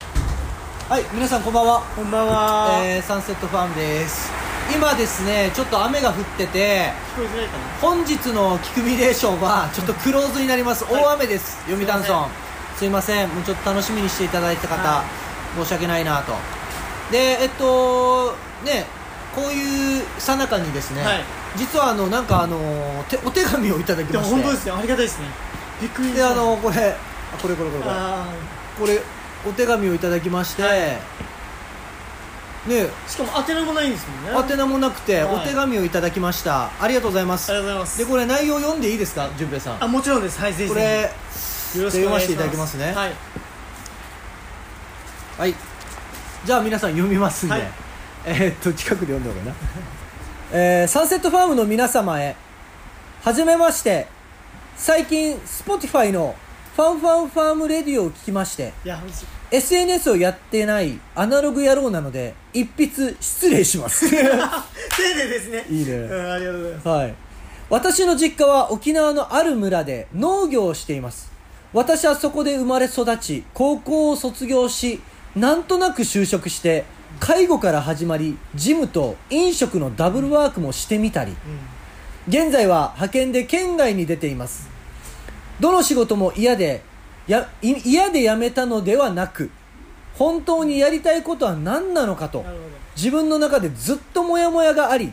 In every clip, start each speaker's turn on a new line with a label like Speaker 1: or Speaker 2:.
Speaker 1: はい、皆さんこんばんは。
Speaker 2: こんばんは、
Speaker 1: えー、サンセットファームです。今ですね、ちょっと雨が降ってて、
Speaker 2: 聞こえづらいかな
Speaker 1: 本日のキクミレーションはちょっとクローズになります。
Speaker 2: い
Speaker 1: 大雨です。読谷村。すいません、もうちょっと楽しみにしていただいた方、
Speaker 2: は
Speaker 1: 申し訳ないなと。で、えっと、ね、こういうさなかにですね、
Speaker 2: はい
Speaker 1: 実はあの、なんかあの、てお手紙をいただき
Speaker 2: で
Speaker 1: ま
Speaker 2: も
Speaker 1: して。
Speaker 2: 本当ですねありがたいですねびっくりし
Speaker 1: で、
Speaker 2: た
Speaker 1: あの、これ、あこれこれこれこれ。
Speaker 2: あ
Speaker 1: これお手紙をいただきまして、
Speaker 2: は
Speaker 1: ね
Speaker 2: ーしかも宛名もないんですもんねありがとう
Speaker 1: 宛名もなくて
Speaker 2: はい
Speaker 1: お手紙をいただきました、ありがとうございます
Speaker 2: ございます
Speaker 1: でこれ内容読んでいいですか淳平さん
Speaker 2: あもちろんですはいぜひ
Speaker 1: こ
Speaker 2: ぜ
Speaker 1: れ
Speaker 2: ひよろしくお願いし
Speaker 1: 読ま
Speaker 2: ます
Speaker 1: せていただきますね
Speaker 2: はい
Speaker 1: はいじゃあ皆さん読みますんで、
Speaker 2: はい
Speaker 1: えーっと近くで読んだ方がいいな、えーサンセットファームの皆様へはじめまして最近 Spotify のファンファンファームレディオを聞きまして
Speaker 2: いや本当 に
Speaker 1: SNS をやってないアナログ野郎なので一筆失礼します
Speaker 2: 丁寧ですね
Speaker 1: いいね
Speaker 2: うんありがとうございます
Speaker 1: はい。私の実家は沖縄のある村で農業をしています。私はそこで生まれ育ち、高校を卒業し、なんとなく就職して、介護から始まり、ジムと飲食のダブルワークもしてみたり、現在は派遣で県外に出ています。どの仕事も嫌で、や、い嫌で辞めたのではなく、本当にやりたいことは何なのかと
Speaker 2: うんな、るほど
Speaker 1: 自分の中でずっとモヤモヤがあり、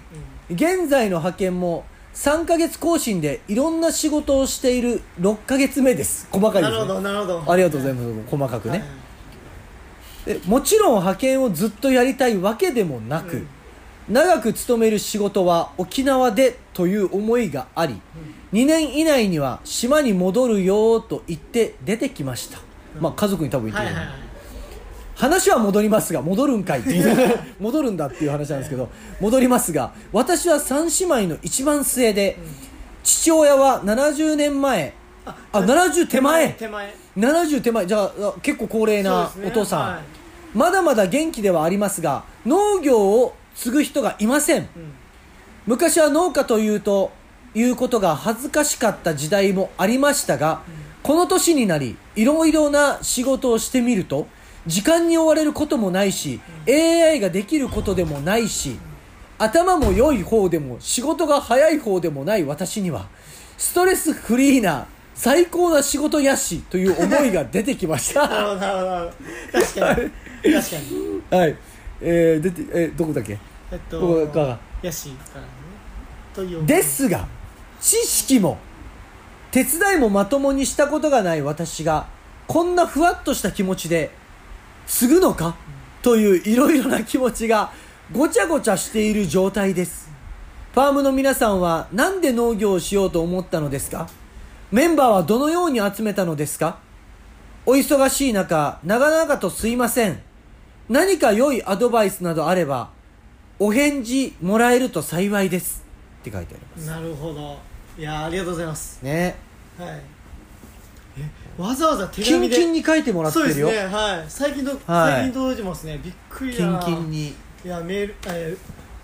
Speaker 1: 現在の派遣も3ヶ月更新でいろんな仕事をしている6ヶ月目です細かいです、
Speaker 2: な
Speaker 1: ね、
Speaker 2: るほどなるほど
Speaker 1: ありがとうご
Speaker 2: ざ
Speaker 1: ざいます細かくね、
Speaker 2: はい
Speaker 1: えもちろん派遣をずっとやりたいわけでもなく、長く勤める仕事は沖縄でという思いがあり、2年以内には島に戻るよーと言って出てきました、まあ家族に多分言って
Speaker 2: は
Speaker 1: る
Speaker 2: い
Speaker 1: よ
Speaker 2: は
Speaker 1: ね
Speaker 2: いはい
Speaker 1: 話は戻りますが戻るんかいっていう 戻るんだっていう話なんですけど戻りますが私は3姉妹の一番末で、父親は70年前あ70手前
Speaker 2: 手前
Speaker 1: 70手前じゃああ結構高齢な
Speaker 2: そ
Speaker 1: お
Speaker 2: うですね
Speaker 1: 父さん、
Speaker 2: はい
Speaker 1: まだまだ元気ではありますが農業を継ぐ人がいません、
Speaker 2: ん
Speaker 1: 昔は農家というということが恥ずかしかった時代もありましたが、この年になりいろいろな仕事をしてみると時間に追われることもないし、AI ができることでもないし、頭も良い方でも仕事が早い方でもない私にはストレスフリーな最高な仕事やしという思いが出てきました
Speaker 2: なるほどなるほどなるほど確かに確か に
Speaker 1: はい。えー、出て、えーどこだっけ
Speaker 2: えっ
Speaker 1: こことから
Speaker 2: ヤシからねという
Speaker 1: ですが、知識も、手伝いもまともにしたことがない私が、こんなふわっとした気持ちで、継ぐのかといういろいろな気持ちが、ごちゃごちゃしている状態です。ファームの皆さんは、なんで農業をしようと思ったのですかメンバーはどのように集めたのですかお忙しい中、長々とすいません。何か良いアドバイスなどあれば、お返事もらえると幸いです。って書いてありま
Speaker 2: なるほどいやーありがとうございます
Speaker 1: す。ね。
Speaker 2: はいえわざわざ手
Speaker 1: キ
Speaker 2: 紙
Speaker 1: ン
Speaker 2: で
Speaker 1: キンに書いてもらって
Speaker 2: そうで
Speaker 1: る
Speaker 2: す
Speaker 1: よ。
Speaker 2: ねはい最近ど、最近届いてますねびっくり
Speaker 1: キ
Speaker 2: だ
Speaker 1: ン
Speaker 2: な
Speaker 1: キンに。
Speaker 2: いやメール、えー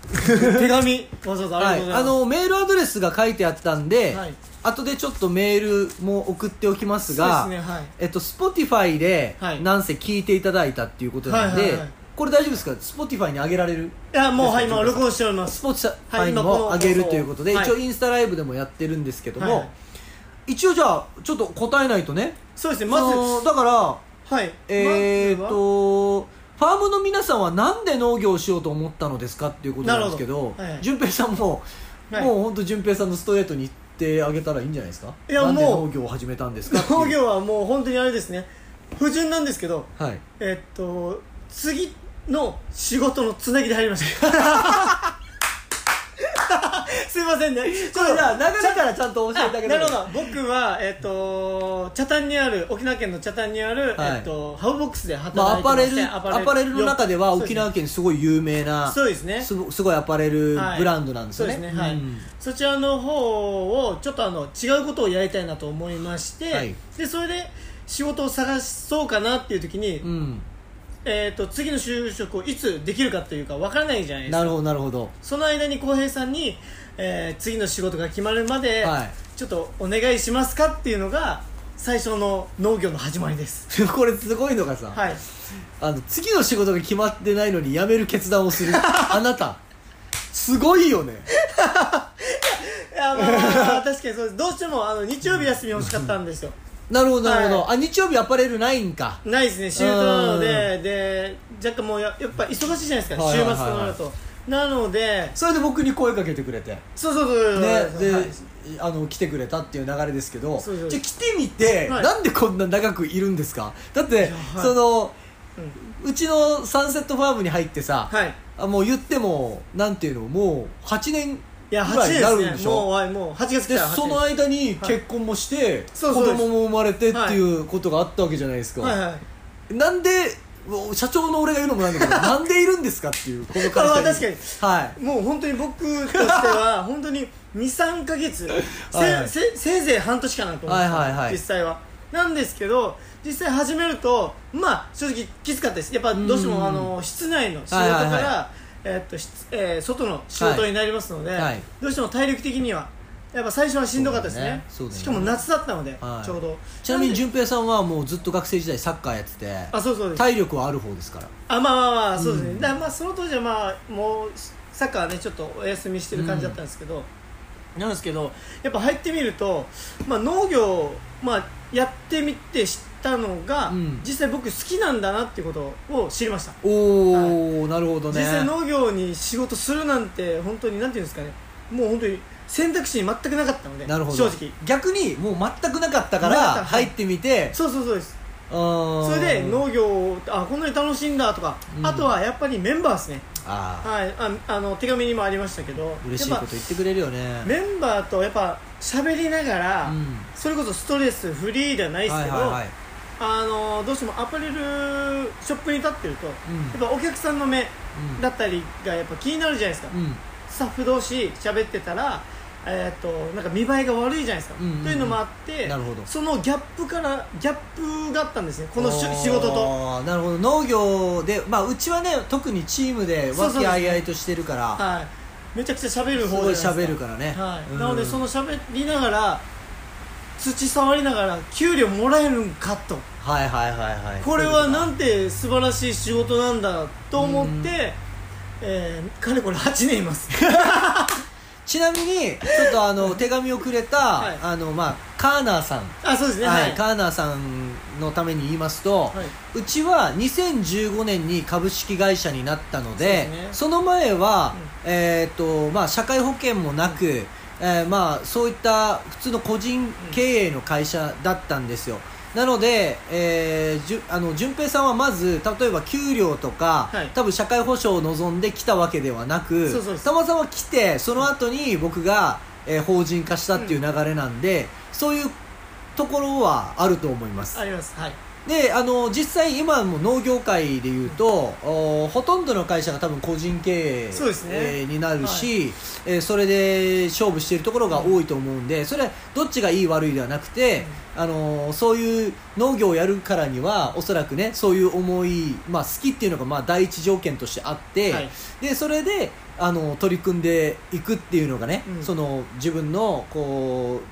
Speaker 2: 手紙わざわざあ
Speaker 1: は
Speaker 2: り
Speaker 1: い。
Speaker 2: が
Speaker 1: あ
Speaker 2: とうござい
Speaker 1: の、
Speaker 2: ます、
Speaker 1: メールアドレスが書いてあったんで、
Speaker 2: はい
Speaker 1: 後でちょっとメールも送っておきますが、
Speaker 2: そうですねはい
Speaker 1: えっと、Spotify で
Speaker 2: は、い
Speaker 1: なんせ聞いていただいたっていうことなんで、
Speaker 2: はいはいはい
Speaker 1: これ大丈夫ですか ?Spotify に上げられる
Speaker 2: いやもう
Speaker 1: ですね
Speaker 2: はい今録音しておりま
Speaker 1: ス
Speaker 2: す
Speaker 1: ポーツフ
Speaker 2: は
Speaker 1: ァ
Speaker 2: い
Speaker 1: イ
Speaker 2: 今
Speaker 1: ン
Speaker 2: この
Speaker 1: も上げるということで、
Speaker 2: はい
Speaker 1: 一応インスタライブでもやってるんですけども、
Speaker 2: はい
Speaker 1: 一応じゃあちょっと答えないとね
Speaker 2: そうですねまず
Speaker 1: そのだから
Speaker 2: はい
Speaker 1: えー、
Speaker 2: ま
Speaker 1: っ
Speaker 2: ずは
Speaker 1: とファームの皆さんはなんで農業をしようと思ったのですかっていうことなんですけど
Speaker 2: なるほどはい
Speaker 1: 順平さんも、
Speaker 2: はい
Speaker 1: もう本当順平さんのストレートに言ってあげたらいいんじゃないですか
Speaker 2: いや
Speaker 1: なんで
Speaker 2: もう
Speaker 1: 農業を始めたんですかっていう
Speaker 2: 農業はもう本当にあれですね不純なんですけど
Speaker 1: はい
Speaker 2: えっと次の仕事のつなぎで入りました すいませんね
Speaker 1: これじゃあ流れからちゃんと教えてあげ
Speaker 2: なるほど僕はえっ、と北谷にある沖縄県の北谷にある、
Speaker 1: はい
Speaker 2: えっとハウボックスで
Speaker 1: まあ、
Speaker 2: 働
Speaker 1: ア
Speaker 2: い
Speaker 1: パレ
Speaker 2: てまして、
Speaker 1: ルアパレルの中では沖縄県すごい有名な
Speaker 2: そうですね
Speaker 1: すごすごいアパレルブランドなんですよね。
Speaker 2: そうですねはい、
Speaker 1: うん
Speaker 2: そちらの方をちょっとあの違うことをやりたいなと思いまして、
Speaker 1: はい
Speaker 2: でそれで仕事を探そうかなっていう時に、
Speaker 1: うん
Speaker 2: えっと次の就職をいつできるかというかわからないじゃないですか
Speaker 1: なるほどなるほど。
Speaker 2: その間に浩平さんに、えー次の仕事が決まるまで、
Speaker 1: はい
Speaker 2: ちょっとお願いしますかっていうのが最初の農業の始まりです
Speaker 1: これすごいのがさ、
Speaker 2: はい
Speaker 1: あの次の仕事が決まってないのに辞める決断を するあなたすごいよね
Speaker 2: いやまあまあ まあ確かにそうですどうしてもあの日曜日休み欲しかったんですよ
Speaker 1: なるほどなるほど、
Speaker 2: は
Speaker 1: あ日曜日アパレルないんか
Speaker 2: ないですね仕事なのでで若干もうややっぱ忙しいじゃないですか、
Speaker 1: はいはいはいはい
Speaker 2: 週末となるとなので
Speaker 1: それで僕に声かけてくれてね
Speaker 2: そうそうそうそう
Speaker 1: で、
Speaker 2: はい
Speaker 1: あの来てくれたっていう流れですけど
Speaker 2: そうそう
Speaker 1: じゃあ来てみて、
Speaker 2: はい
Speaker 1: なんでこんな長くいるんですかだって
Speaker 2: はい
Speaker 1: そのうちのサンセットファームに入ってさ、
Speaker 2: はい
Speaker 1: あもう言ってもなんていうのもう8年
Speaker 2: いや
Speaker 1: ぐらいにな
Speaker 2: 8
Speaker 1: るん
Speaker 2: で
Speaker 1: ですし
Speaker 2: ねもう
Speaker 1: ょ
Speaker 2: はいもう8月
Speaker 1: で
Speaker 2: 来たら
Speaker 1: その
Speaker 2: 8
Speaker 1: 間に結婚もして、
Speaker 2: そう
Speaker 1: 子
Speaker 2: そうです
Speaker 1: 供も生まれてって
Speaker 2: はい
Speaker 1: いうことがあったわけじゃないですか、
Speaker 2: ですはいはい
Speaker 1: なんでもう社長の俺が言うのもなん だけどなんでいるんですかっていうこの会社
Speaker 2: あまあ確かに
Speaker 1: はい
Speaker 2: もう本当に僕とし ては本当に23か月せ,、
Speaker 1: はいはい
Speaker 2: せせいぜい半年かなと思ってた、
Speaker 1: はいはいはい
Speaker 2: 実際はなんですけど実際始めるとまあ正直きつかったですやっぱどうして
Speaker 1: うん
Speaker 2: もあの室内の仕事から、
Speaker 1: はいはいは
Speaker 2: えっと室えー外の仕事になりますので、
Speaker 1: はいはい
Speaker 2: どうしても体力的にはやっぱ最初はしんどかったですね
Speaker 1: そうだねそうだね
Speaker 2: しかも夏だったので、
Speaker 1: はい
Speaker 2: ちょうど
Speaker 1: ちなみに
Speaker 2: んで
Speaker 1: 淳平さんはもうずっと学生時代サッカーやってて
Speaker 2: あそうそうです
Speaker 1: 体力はある方ですから
Speaker 2: あまあまあまあそうですね、
Speaker 1: うん
Speaker 2: だからまあその当時はまあもうサッカーはねちょっとお休みしてる感じだったんですけど、なんですけどやっぱ入ってみると、まあ、農業、まあ、やってみて知ったのが、
Speaker 1: うん
Speaker 2: 実際僕好きなんだなっていうことを知りました、
Speaker 1: おお、なるほどね
Speaker 2: 実際農業に仕事するなんて本当になんていうんですかねもう本当に選択肢に全くなかったので
Speaker 1: なるほど
Speaker 2: 正直
Speaker 1: 逆にもう全くなかったから
Speaker 2: なかったは
Speaker 1: 入
Speaker 2: い
Speaker 1: ってみて
Speaker 2: そうそうそうです
Speaker 1: そ
Speaker 2: それで農業をあこんなに楽しいんだとか、
Speaker 1: うん
Speaker 2: あとはやっぱりメンバーですね
Speaker 1: あ
Speaker 2: はい、ああの手紙にもありましたけど
Speaker 1: ー嬉しい
Speaker 2: やっ
Speaker 1: こと言ってくれるよね
Speaker 2: ぱメンバーとやっぱ喋りながら、
Speaker 1: うん
Speaker 2: それこそストレスフリーではないですけど、
Speaker 1: い
Speaker 2: あのどうしてもアパレルショップに立ってると、
Speaker 1: ん
Speaker 2: やっぱお客さんの目
Speaker 1: うん
Speaker 2: だったりがやっぱ気になるじゃないですか、
Speaker 1: うん
Speaker 2: スタッフ同士喋ってたら、えー、となんか見栄えが悪いじゃないですか、
Speaker 1: うんうんうん
Speaker 2: というのもあって
Speaker 1: なるほど
Speaker 2: そのギャップからギャップがあったんですねこのし
Speaker 1: お
Speaker 2: ゅ
Speaker 1: ー
Speaker 2: 仕事と。
Speaker 1: なるほど農業でまあうちはね特にチームで
Speaker 2: そう
Speaker 1: 和
Speaker 2: そう
Speaker 1: 気あいあいとしてるから
Speaker 2: はいめちゃくちゃ喋る
Speaker 1: す
Speaker 2: 方
Speaker 1: ごい
Speaker 2: じゃないで
Speaker 1: 喋
Speaker 2: すか
Speaker 1: るからね
Speaker 2: はい、
Speaker 1: うん
Speaker 2: なのでその喋りながら土触りながら給料もらえるんかと
Speaker 1: はいはいはいはい
Speaker 2: これはな
Speaker 1: そ
Speaker 2: んて素晴らしい仕事なんだと思っ
Speaker 1: う
Speaker 2: て、えー、かれこれ8年います
Speaker 1: ちなみにちょっとあの手紙をくれた
Speaker 2: はい
Speaker 1: あのまあカーナーさん
Speaker 2: あそうですね
Speaker 1: は
Speaker 2: はいい、
Speaker 1: カーナーさんのために言いますと
Speaker 2: はいう
Speaker 1: ちは2015年に株式会社になったので
Speaker 2: そうですね
Speaker 1: その前はえっとまあ社会保険もなくえーまあそういった普通の個人経営の会社だったんですよなので、えー、じゅあの順平さんはまず例えば給料とか、
Speaker 2: はい
Speaker 1: 多分社会保障を望んで来たわけではなく
Speaker 2: そうそうです
Speaker 1: たまたま来てその後に僕が、えー法人化したっていう流れなんで、そういうところはあると思います
Speaker 2: ありますはい
Speaker 1: であの実際今も農業界でいうと、おほとんどの会社が多分個人経営、
Speaker 2: そうですね
Speaker 1: えーになるし、えーそれで勝負しているところが多いと思うんでそれはどっちがいい悪いではなくて、あのそういう農業をやるからにはおそらくねそういう思い、まあ、好きっていうのがまあ第一条件としてあって、
Speaker 2: はい
Speaker 1: でそれであの取り組んでいくっていうのがね、
Speaker 2: うん
Speaker 1: その自分のこう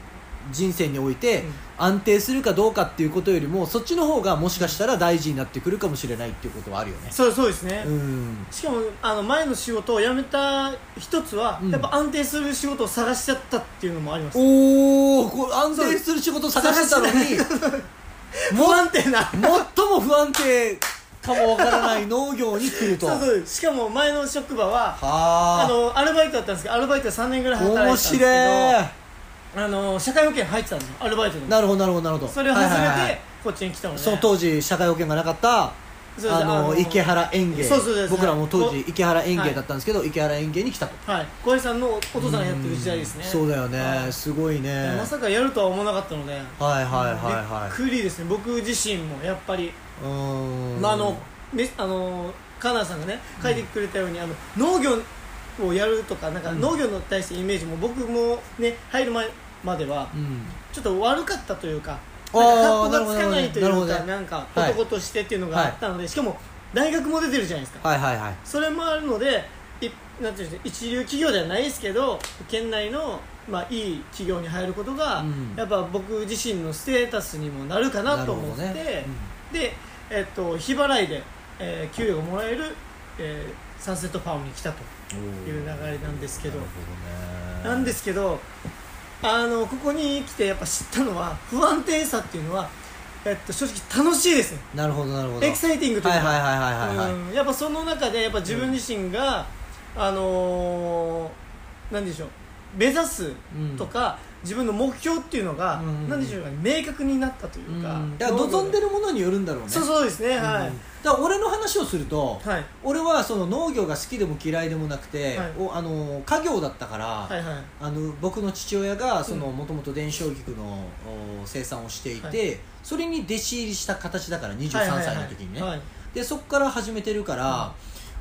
Speaker 1: 人生において、
Speaker 2: うん
Speaker 1: 安定するかどうかっていうことよりもそっちの方がもしかしたら大事になってくるかもしれないっていうことはあるよね
Speaker 2: そうそうですね、
Speaker 1: うん
Speaker 2: しかもあの前の仕事を辞めた一つは、
Speaker 1: うん
Speaker 2: やっぱ安定する仕事を探しちゃったっていうのもあります
Speaker 1: おお安定する仕事探してたのに
Speaker 2: 不安定な
Speaker 1: 最も不安定かもわからない農業に来ると
Speaker 2: そうそうしかも前の職場はあ
Speaker 1: はあ
Speaker 2: のアルバイトだったんですけどアルバイト3年ぐらい働いてたん
Speaker 1: 面
Speaker 2: ですけ
Speaker 1: 白
Speaker 2: ど
Speaker 1: い
Speaker 2: あの社会保険入ってたんですよアルバイトで
Speaker 1: なるほどなるほどなるほど
Speaker 2: それを外れ
Speaker 1: はいはいはい
Speaker 2: てこっちに来たので
Speaker 1: その当時社会保険がなかった
Speaker 2: そうです
Speaker 1: あの池原園芸
Speaker 2: そうそうです
Speaker 1: 僕らも当時
Speaker 2: はい
Speaker 1: 池原園芸だったんですけど、池原園芸に来たと
Speaker 2: はい小林さんのお父さんがやってる時代ですね
Speaker 1: うんそうだよね、
Speaker 2: はい
Speaker 1: すごいね
Speaker 2: まさかやるとは思わなかったのではい
Speaker 1: はいはいはいはい
Speaker 2: びっくりですね僕自身もやっぱり、
Speaker 1: うーん
Speaker 2: まあ、あのめあのカナダさんがね書いてくれたように、あの農業をやるとかなんか
Speaker 1: うん
Speaker 2: 農業に対してイメージも僕もね入る前までは
Speaker 1: うん
Speaker 2: ちょっと悪かったというか
Speaker 1: あー
Speaker 2: なんか格好がつかないとい
Speaker 1: なるほ
Speaker 2: う
Speaker 1: どねなるほど
Speaker 2: か
Speaker 1: ね
Speaker 2: なんか
Speaker 1: はい
Speaker 2: 男としてっていうのがあったので、しかも大学も出てるじゃないですか
Speaker 1: はいはいはい
Speaker 2: それもあるのでいなんていうんですか一流企業ではないですけど県内のまあ、いい企業に入ることが、
Speaker 1: うん
Speaker 2: やっぱ僕自身のステータスにもなるかなと思って、
Speaker 1: なるほどね
Speaker 2: で、えっと、日払いで、えー給料がもらえる、えーサンセットファームに来たという流れなんですけど
Speaker 1: なるほどね
Speaker 2: なんですけどあのここに来てやっぱ知ったのは不安定さっていうのは、えっと、正直楽しいですね
Speaker 1: なるほどなるほど
Speaker 2: エキサイティングとい
Speaker 1: は
Speaker 2: う
Speaker 1: い
Speaker 2: か、
Speaker 1: はいはいはいはいはい、
Speaker 2: うんやっぱその中でやっぱ自分自身が、あのーなんでしょう目指すとか、自分の目標っていうのが、
Speaker 1: うん
Speaker 2: なんでしょうかね明確になったというか、
Speaker 1: うんだから望んでるものによるんだろうね
Speaker 2: そうそうですね、
Speaker 1: うん
Speaker 2: はい、
Speaker 1: だから俺の話をすると、
Speaker 2: はい
Speaker 1: 俺はその農業が好きでも嫌いでもなくて、
Speaker 2: はい
Speaker 1: おあの家業だったから、
Speaker 2: はいはい
Speaker 1: あの僕の父親が
Speaker 2: う
Speaker 1: もともと電子織機のお生産をしていて、それに弟子入りした形だから23歳の時にね、
Speaker 2: はいはいはいはい
Speaker 1: でそこから始めてるから、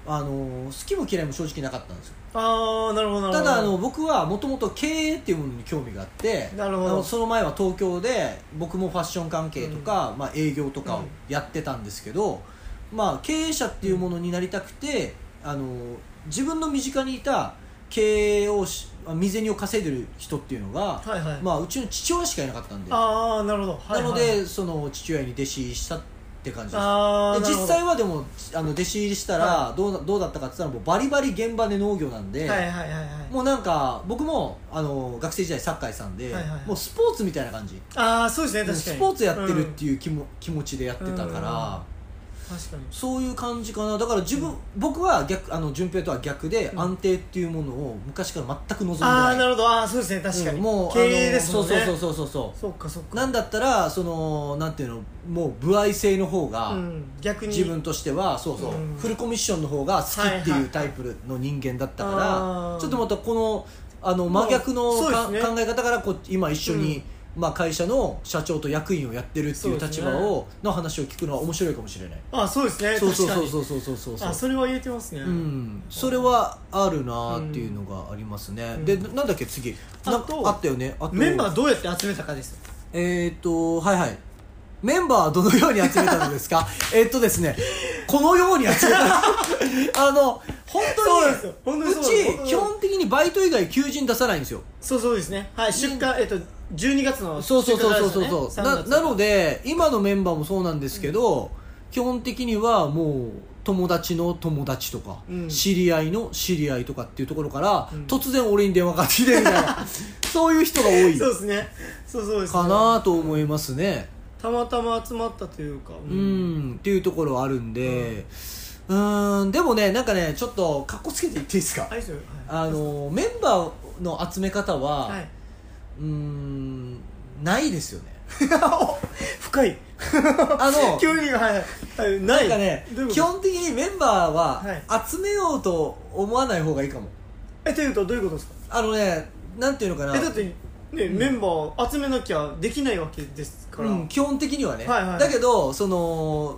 Speaker 1: あの好きも嫌いも正直なかったんですよ
Speaker 2: ああなるほどなる
Speaker 1: た
Speaker 2: ほど
Speaker 1: だあの僕はもともと経営っていうものに興味があって
Speaker 2: なるほど
Speaker 1: あのその前は東京で僕もファッション関係とか、まあ、営業とかをやってたんですけど、まあ、経営者っていうものになりたくて、あの自分の身近にいた経営をし身銭を稼いでる人っていうのが、
Speaker 2: はいはい、
Speaker 1: まあ、うちの父親しかいなかったんで、
Speaker 2: ああなるほど、はいはい
Speaker 1: なのでその父親に弟子入りしたって感じです
Speaker 2: ああ
Speaker 1: で
Speaker 2: なるほど
Speaker 1: 実際はでもあの弟子入りしたら
Speaker 2: は
Speaker 1: どう,、どうだったかって言ったらもうバリバリ現場で農業なんで、
Speaker 2: はいはいはいはい
Speaker 1: もうなんか僕もあの学生時代サッカーさんで、
Speaker 2: はいはいはい
Speaker 1: もうスポーツみたいな感じ
Speaker 2: ああそうですね確かに
Speaker 1: スポーツやって
Speaker 2: うん
Speaker 1: るっていう気も、気持ちでやってたから、
Speaker 2: 確かに
Speaker 1: そういう感じかなだから自分、僕は逆あの順平とは逆で、
Speaker 2: うん
Speaker 1: 安定っていうものを昔から全く望んで
Speaker 2: あ
Speaker 1: な
Speaker 2: あ
Speaker 1: い
Speaker 2: なるほどああそうですね確かに、
Speaker 1: うんもう
Speaker 2: 経営です
Speaker 1: あ
Speaker 2: も
Speaker 1: の
Speaker 2: んね
Speaker 1: そうそうそうそうそう
Speaker 2: そうかそうか
Speaker 1: なんだったらそのなんていうのもう歩合制の方が、
Speaker 2: うん、逆に
Speaker 1: 自分としてはそうそう、
Speaker 2: うん
Speaker 1: フルコミッションの方が好きって
Speaker 2: はい
Speaker 1: い
Speaker 2: は
Speaker 1: う
Speaker 2: い
Speaker 1: タイプの人間だったから、
Speaker 2: あー
Speaker 1: ちょっとまたこのあの真逆の
Speaker 2: そう
Speaker 1: か、
Speaker 2: そうですね
Speaker 1: 考え方からこう今一緒に、まあ、会社の社長と役員をやってるっていう立場
Speaker 2: そう
Speaker 1: を、の話を聞くのは面白いかもしれない
Speaker 2: あそうですね
Speaker 1: そうそうそう
Speaker 2: 確
Speaker 1: そ
Speaker 2: か
Speaker 1: うそうそうそう
Speaker 2: にあそれは言えてますね、
Speaker 1: うん、それはあるなっていうのがありますね、
Speaker 2: ん
Speaker 1: でななんだっけ次
Speaker 2: あ
Speaker 1: なん
Speaker 2: と
Speaker 1: かあったよねあと
Speaker 2: メンバーどうやって集めたかです
Speaker 1: えーっとはいはいメンバーはどのように集めたのです かえーっとですねこのように集め たあの本
Speaker 2: そう
Speaker 1: 当
Speaker 2: なんですよ本当
Speaker 1: にう
Speaker 2: にそうなんです
Speaker 1: ち基本的にバイト以外求人出さないんですよ
Speaker 2: そうそうですねはい出荷、えっと12月の
Speaker 1: そうそうそうそうそう
Speaker 2: 出荷
Speaker 1: そう、
Speaker 2: ですよ
Speaker 1: な
Speaker 2: ね3月
Speaker 1: なので今のメンバーもそうなんですけど、基本的にはもう友達の友達とか、
Speaker 2: うん
Speaker 1: 知り合いの知り合いとかっていうところから、
Speaker 2: うん
Speaker 1: 突然俺に電話が来てみたい なそういう人が多い
Speaker 2: そうですねそうそうですね
Speaker 1: かなと思いますね
Speaker 2: たまたま集まったというかう
Speaker 1: うん、っていうところはあるんでうーんでもねなんかねちょっとかっこつけて言っていいですか、
Speaker 2: はいそう
Speaker 1: あのメンバーの集め方は、
Speaker 2: はい
Speaker 1: うーんないですよ ね
Speaker 2: お深い
Speaker 1: あの
Speaker 2: 急にはいはいな
Speaker 1: ないんかね
Speaker 2: どういうこと
Speaker 1: 基本的にメンバー
Speaker 2: は
Speaker 1: は集めようと思わない方がいいかも
Speaker 2: えというとどういうことですか
Speaker 1: あのねなんていうのかな
Speaker 2: えだってね、メンバー集めなきゃできないわけですから、
Speaker 1: うん、基本的にはね、
Speaker 2: はいはい
Speaker 1: だけどその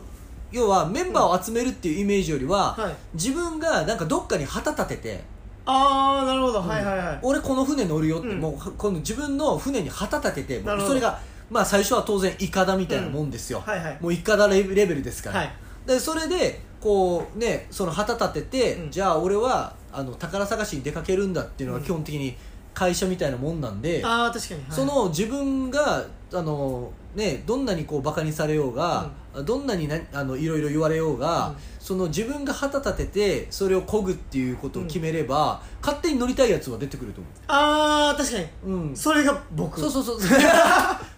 Speaker 1: 要はメンバーを集めるっていうイメージよりは、
Speaker 2: はい
Speaker 1: 自分がなんかどっかに旗立てて
Speaker 2: ああなるほど、はいはいはい
Speaker 1: 俺この船乗るよって、
Speaker 2: うん
Speaker 1: もうはこの自分の船に旗立てても
Speaker 2: な
Speaker 1: う
Speaker 2: るほど
Speaker 1: それがまあ最初は当然イカダみたいなもんですよ、
Speaker 2: はいはい
Speaker 1: もうイカダレベレベルですから、
Speaker 2: はい
Speaker 1: でそれでこうねその旗立てて、
Speaker 2: うん
Speaker 1: じゃあ俺はあの宝探しに出かけるんだっていうのが
Speaker 2: うん
Speaker 1: 基本的に会社みたいなもんなんで、
Speaker 2: ああ確かに、はい、
Speaker 1: その自分があのねどんなにこうバカにされようが、どんなになあのいろいろ言われようが、
Speaker 2: うん
Speaker 1: その自分が旗立ててそれを漕ぐっていうことを決めれば、勝手に乗りたいやつは出てくると思
Speaker 2: ああ確かに
Speaker 1: う、うん、
Speaker 2: それが僕
Speaker 1: そうそうそう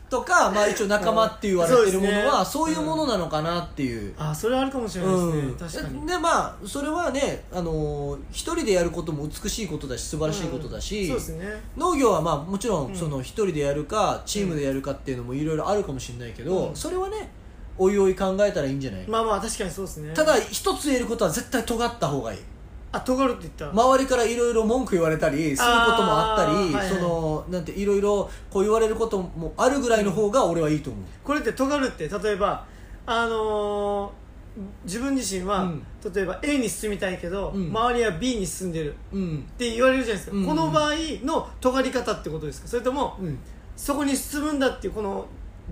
Speaker 1: とか、まあ、一応仲間って言われてるものは、
Speaker 2: うん
Speaker 1: そ
Speaker 2: そううですね
Speaker 1: いうものなのかなっていう、
Speaker 2: ああそれはあるかもしれないですね、確かに
Speaker 1: でまあそれはね、あのー一人でやることも美しいことだし素晴らしいことだし、
Speaker 2: うんそうですね
Speaker 1: 農業はまあもちろ
Speaker 2: うんん
Speaker 1: その一人でやるかチームでやるかっていうのもいろいろあるかもしれないけど、
Speaker 2: うん
Speaker 1: それはねおいおい考えたらいいんじゃない、
Speaker 2: まあまあ確かにそうですね
Speaker 1: ただ一つ言えることは絶対尖った方がいい
Speaker 2: あ尖るって言ったら、
Speaker 1: 周りからいろいろ文句言われたりすることもあったり
Speaker 2: あーはいはい
Speaker 1: そのなんていろいろこう言われることもあるぐらいの方が俺はいいと思う
Speaker 2: これって尖るって例えばあのー自分自身は、
Speaker 1: うん
Speaker 2: 例えば A に住みたいけど、
Speaker 1: うん
Speaker 2: 周りは B に住んでる
Speaker 1: うん
Speaker 2: って言われるじゃないですか、
Speaker 1: うん
Speaker 2: この場合の尖り方ってことですかそれとも、
Speaker 1: うん
Speaker 2: そこに進むんだっていうこの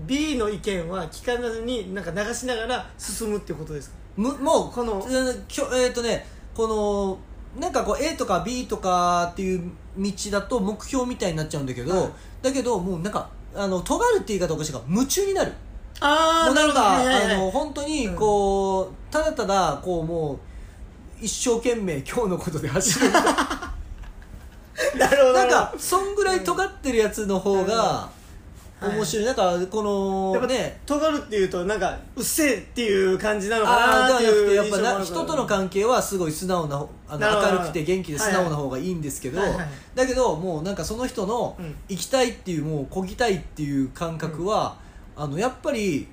Speaker 2: B の意見は聞かずになんか流しながら進むってことですか
Speaker 1: むもう
Speaker 2: この
Speaker 1: うんきょえっ、とねこのなんかこう A とか B とかっていう道だと目標みたいになっちゃうんだけど、
Speaker 2: はい
Speaker 1: だけどもうなんかあの尖るって言い方おかしいから夢中になる
Speaker 2: あ
Speaker 1: も
Speaker 2: あ
Speaker 1: うなんか、
Speaker 2: はいはいはい
Speaker 1: あの本当にこう、ただただこうもう一生懸命今日のことで走 る
Speaker 2: なるほど
Speaker 1: なんかそんぐらい尖ってるやつの方が
Speaker 2: うんはい
Speaker 1: 面白い、なんかこ
Speaker 2: やっ
Speaker 1: の
Speaker 2: ぱ
Speaker 1: ね
Speaker 2: ね尖るっていうとなんかうっせえっていう感じなのか
Speaker 1: ああ
Speaker 2: なって
Speaker 1: ではなくて
Speaker 2: い
Speaker 1: や
Speaker 2: う
Speaker 1: っ
Speaker 2: 印
Speaker 1: ぱ
Speaker 2: 象もあ
Speaker 1: な
Speaker 2: るから
Speaker 1: 人との関係はすごい素直なあ
Speaker 2: なるほど
Speaker 1: の明るくて元気で素直な方がいいんですけど、
Speaker 2: はいはい
Speaker 1: だけどもうなんかその人の
Speaker 2: うん
Speaker 1: 行きたいっていうもうこぎたいっていう感覚は、あのやっぱり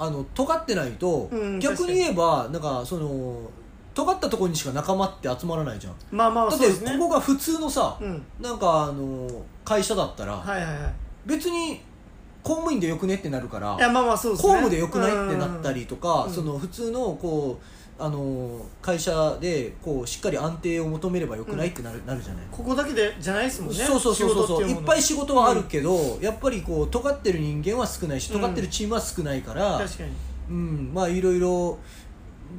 Speaker 1: あの尖ってないと、
Speaker 2: うん
Speaker 1: 逆に言えばなんかその尖ったところにしか仲間って集まらないじゃんだ
Speaker 2: まあまあ
Speaker 1: っ
Speaker 2: そう
Speaker 1: て
Speaker 2: ですね
Speaker 1: ここが普通のさ、
Speaker 2: うん
Speaker 1: なんかあの会社だったら、
Speaker 2: はいはいはい
Speaker 1: 別に公務員でよくねってなるから
Speaker 2: いやまあまあそうです
Speaker 1: 公
Speaker 2: ね
Speaker 1: 務でよくないってなったりとか、
Speaker 2: うん
Speaker 1: その普通のこうあの会社でこうしっかり安定を求めればよくないってなる,、なるじゃない、
Speaker 2: ここだけでじゃないですもんね
Speaker 1: そうそうそうそうそう
Speaker 2: 仕事
Speaker 1: い
Speaker 2: てう
Speaker 1: っ
Speaker 2: もの
Speaker 1: ぱい仕事はあるけど、やっぱりこう尖ってる人間は少ないし尖ってるチームは少ないから、
Speaker 2: 確かに
Speaker 1: うんまあいろいろ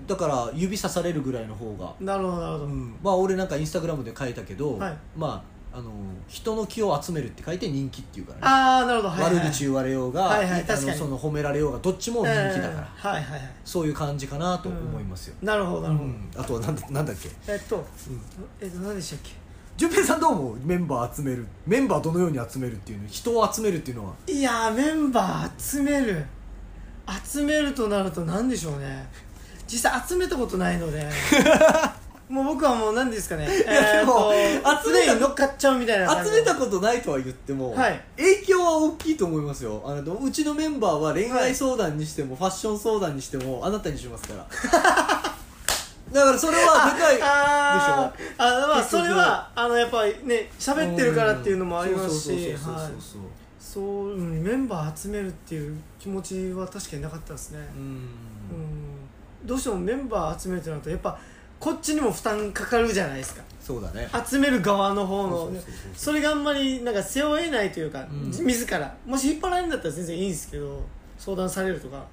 Speaker 1: だから指さされるぐらいの方が、
Speaker 2: なるほどなるほど、
Speaker 1: うん、まあ俺なんかインスタグラムで書いたけど、
Speaker 2: はい
Speaker 1: まああの人の気を集めるって書いて人気っていうからね
Speaker 2: ああなるほど、はいはい、
Speaker 1: 悪口
Speaker 2: を
Speaker 1: 言われようが、
Speaker 2: はいはい
Speaker 1: あ
Speaker 2: 確か
Speaker 1: の
Speaker 2: に
Speaker 1: その褒められようがどっちも人気だから、
Speaker 2: はいはいはい
Speaker 1: そういう感じかなと思いますよ、
Speaker 2: なるほどな
Speaker 1: う
Speaker 2: る
Speaker 1: ん
Speaker 2: ほど、
Speaker 1: あとはなんだなんだっけ
Speaker 2: えっと、えっと何でしたっ
Speaker 1: 淳平さんどう思うメンバー集めるメンバーどのように集めるっていうの人を集めるっていうのは
Speaker 2: けいやーメンバー集める集めるとなると何でしょうね実際集めたことな いのでもう僕はもう何ですかね
Speaker 1: やでも
Speaker 2: えーと
Speaker 1: 集めた
Speaker 2: 常に乗っかっちゃうみたいな感じ
Speaker 1: 集めたことないとは言っても、
Speaker 2: はい
Speaker 1: 影響は大きいと思いますよあのうちのメンバーは恋愛相談にしても、ファッション相談にしてもあなたにしますから だからそれはでかい でし
Speaker 2: あ
Speaker 1: ょ
Speaker 2: ーあまあ
Speaker 1: 結
Speaker 2: そ
Speaker 1: 局
Speaker 2: れはあのやっぱりね喋ってるからっていうのもありますし
Speaker 1: うんそうそう
Speaker 2: は
Speaker 1: そうそう
Speaker 2: い
Speaker 1: そう、
Speaker 2: そううんメンバー集めるっていう気持ちは確かになかったですね、
Speaker 1: うん
Speaker 2: うんどうしてもメンバー集めるとなるとやっぱこっちにも負担かかるじゃないですか
Speaker 1: そうだね
Speaker 2: 集める側の方
Speaker 1: そう
Speaker 2: の
Speaker 1: そうそうそう
Speaker 2: それがあんまりなんか背負えないというか、
Speaker 1: うん
Speaker 2: 自らもし引っ張られるんだったら全然いいんですけど相談されるとか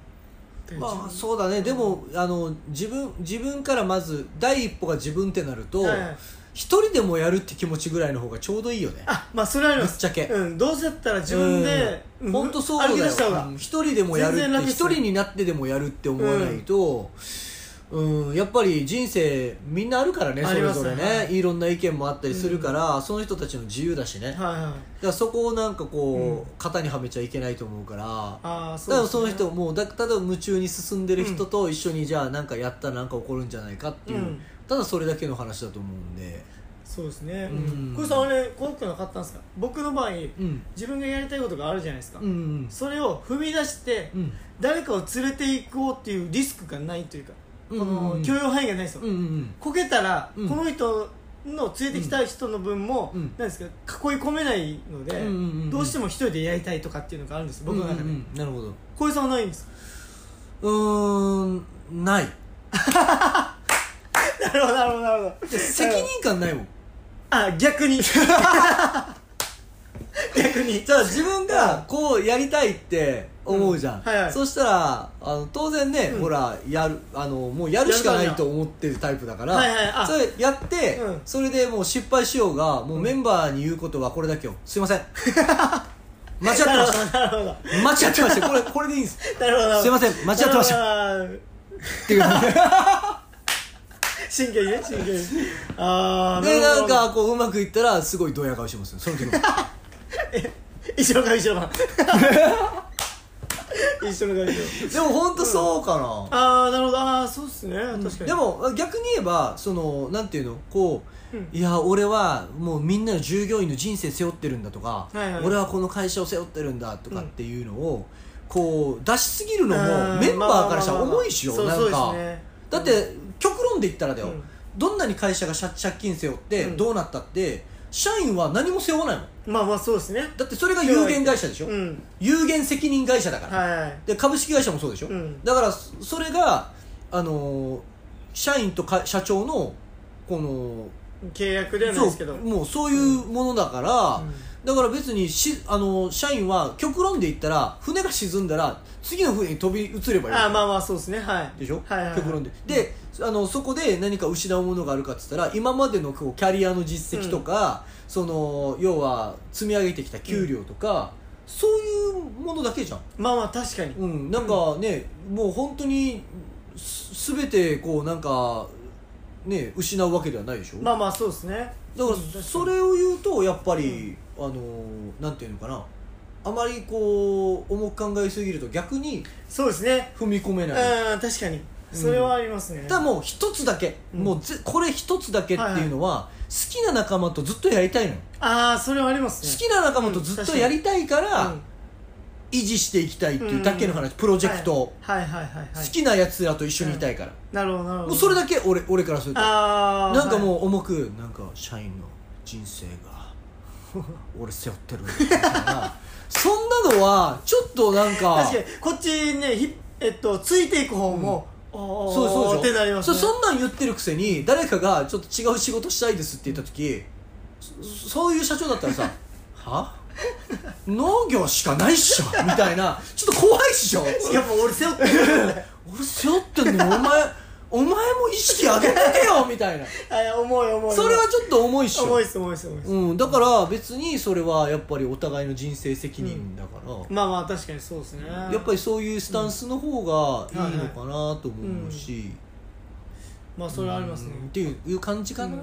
Speaker 1: まあそうだねでもあの自分自分からまず第一歩が自分ってなると
Speaker 2: はい
Speaker 1: 一、人でもやるって気持ちぐらいの方がちょうどいいよね
Speaker 2: あまあそれはあります
Speaker 1: ぶっちゃけ
Speaker 2: うん、どうせだったら自分で、
Speaker 1: うん本当そうだ
Speaker 2: 歩き
Speaker 1: よ
Speaker 2: 出した方が、
Speaker 1: うん一人でもやるっ
Speaker 2: 全然楽
Speaker 1: て
Speaker 2: で
Speaker 1: 一
Speaker 2: すね
Speaker 1: 人になってでもやるって思わないと、うんやっぱり人生みんなあるからね
Speaker 2: あ
Speaker 1: そ
Speaker 2: り
Speaker 1: れ
Speaker 2: ます
Speaker 1: ぞれね、、
Speaker 2: はい
Speaker 1: ろんな意見もあったりするから、その人たちの自由だしね、だか
Speaker 2: はいはい
Speaker 1: らそこをなんかこう、
Speaker 2: うん
Speaker 1: 型にはめちゃいけないと思うから
Speaker 2: ああ
Speaker 1: だから
Speaker 2: そ
Speaker 1: そうの
Speaker 2: ですね
Speaker 1: 人もうだ例えば夢中に進んでる人と一緒にじゃあなんかやったらなんか起こるんじゃないかっていう、
Speaker 2: うん
Speaker 1: ただそれだけの話だと思うんで
Speaker 2: そうですね、
Speaker 1: う
Speaker 2: うんん、これさんあれ怖くなかったんですか僕の場合、
Speaker 1: うん
Speaker 2: 自分がやりたいことがあるじゃないですか、
Speaker 1: うんうん
Speaker 2: それを踏み出して、
Speaker 1: うん
Speaker 2: 誰かを連れて行こうっていうリスクがないというか、
Speaker 1: うん
Speaker 2: こ
Speaker 1: うん
Speaker 2: の許容範囲がないですよ、
Speaker 1: うんうん
Speaker 2: こけたら、
Speaker 1: うん
Speaker 2: この人の連れてきた人の分も、
Speaker 1: うん
Speaker 2: なんですか囲い込めないので、
Speaker 1: うんうんうんうん
Speaker 2: どうしても一人でやりたいとかっていうのがあるんです僕の中で、
Speaker 1: うんうんうんなるほど
Speaker 2: 小江さんはないんですか
Speaker 1: うーんない
Speaker 2: なるほどなるほどなるほど
Speaker 1: 責任感ないもん
Speaker 2: あ逆に逆に
Speaker 1: じゃあ自分がこうやりたいって思うじゃん、
Speaker 2: うんはいはい
Speaker 1: そしたらあの当然ね、
Speaker 2: うん
Speaker 1: ほらやるあのもうやるしかないと思ってるタイプだから、
Speaker 2: はいはいあ
Speaker 1: それやって、
Speaker 2: うん
Speaker 1: それでもう失敗しようがもうメンバーに言うことはこれだけよすいま せん間違ってました
Speaker 2: なるほど
Speaker 1: 間違ってましたこれこれでいいんです
Speaker 2: なるほど
Speaker 1: すいません間違ってました
Speaker 2: た
Speaker 1: っていうね
Speaker 2: 真剣にね真剣にああ
Speaker 1: でなんかこううまくいったらすごいドヤ顔しますよその 時も
Speaker 2: 一緒の顔一 緒の顔一緒の顔一緒の
Speaker 1: でも本当そうかな、
Speaker 2: 顔ああなるほどああそうっすね確かに
Speaker 1: でも逆に言えばそのなんていうのこう、
Speaker 2: うん
Speaker 1: いや俺はもうみんなの従業員の人生背負ってるんだとか、
Speaker 2: はいはい
Speaker 1: 俺はこの会社を背負ってるんだとかっていうのを、こう出しすぎるの
Speaker 2: う
Speaker 1: も
Speaker 2: ん
Speaker 1: メンバーからしたら重いしよ、
Speaker 2: まあまあまあ
Speaker 1: なん
Speaker 2: そ
Speaker 1: か、
Speaker 2: うそうですね
Speaker 1: だって極論で言ったらだよ、
Speaker 2: うん
Speaker 1: どんなに会社が借借金背負って
Speaker 2: うん
Speaker 1: どうなったって社員は何も背負わないもん
Speaker 2: まあまあそうですね
Speaker 1: だってそれが有限会社でしょ、
Speaker 2: うん
Speaker 1: 有限責任会社だから、
Speaker 2: はい
Speaker 1: で株式会社もそうでしょ、
Speaker 2: うん
Speaker 1: だからそそれが、あのー社員とか社長のこ
Speaker 2: 契約では
Speaker 1: の
Speaker 2: ないですけど
Speaker 1: そうもうそういうものだから、
Speaker 2: うん
Speaker 1: だから別にし、あのー社員は極論で言ったら船が沈んだら次の船に飛び移ればいい
Speaker 2: ああまあまあそうですねはい
Speaker 1: でしょ、
Speaker 2: はいはいはい
Speaker 1: 極論でで、あのそこで何か失うものがあるかって言ったら今までのこうキャリアの実績とか、その要は積み上げてきた給料とか、そういうものだけじゃん、
Speaker 2: まあまあ確かに
Speaker 1: うん、なんかね、もう本当にすべてこうなんかね失うわけではないでしょ、
Speaker 2: まあまあそうですね
Speaker 1: だか
Speaker 2: うん確からに
Speaker 1: それを言うとやっぱり、あのーなんていうのかなあまりこう重く考えすぎると逆に
Speaker 2: そうですね
Speaker 1: 踏み込め
Speaker 2: うん
Speaker 1: ない、
Speaker 2: 確かにそれはありますね
Speaker 1: ただもう一つだけ、
Speaker 2: うん
Speaker 1: もうぜこれ一つだけっていうのは、好きな仲間とずっとやりたいの、
Speaker 2: ああそれはあります
Speaker 1: 好
Speaker 2: ね
Speaker 1: きな仲間とずっとやりたいから、
Speaker 2: うん
Speaker 1: 維持していきたいっていうだけの話、プロジェクトを、
Speaker 2: はいはいはいはいはい
Speaker 1: 好きなやつらと一緒にいたいから、
Speaker 2: なるほどなるほど
Speaker 1: もうそれだけ俺俺からすると
Speaker 2: ああ
Speaker 1: なんかもう重くなんか社員の人生が 俺背負ってるみたいなそんなのはちょっとなんか
Speaker 2: 確かにこっちねひえっとついていく方も、おー
Speaker 1: そうそう
Speaker 2: っ
Speaker 1: でし
Speaker 2: て
Speaker 1: ょ
Speaker 2: なりま
Speaker 1: そ
Speaker 2: すね
Speaker 1: そんなん言ってるくせに誰かがちょっと違う仕事したいですって言った時そそういう社長だったら さは農業しかないっしょみたいなちょっと怖いっしょ
Speaker 2: いやもう俺背負って る
Speaker 1: 俺背負ってんのにお前お前も意識上げてけよみ たいな
Speaker 2: あ重い重い
Speaker 1: それはちょっと重いっしょ
Speaker 2: 重いです重いです重いです、
Speaker 1: うん、だから別にそれはやっぱりお互いの人生責任だから、
Speaker 2: まあまあ確かにそうですね
Speaker 1: やっぱりそういうスタンスの方がいいのかなとも思うし、
Speaker 2: まあそれはありますね
Speaker 1: うんっていういう感じかな、
Speaker 2: うん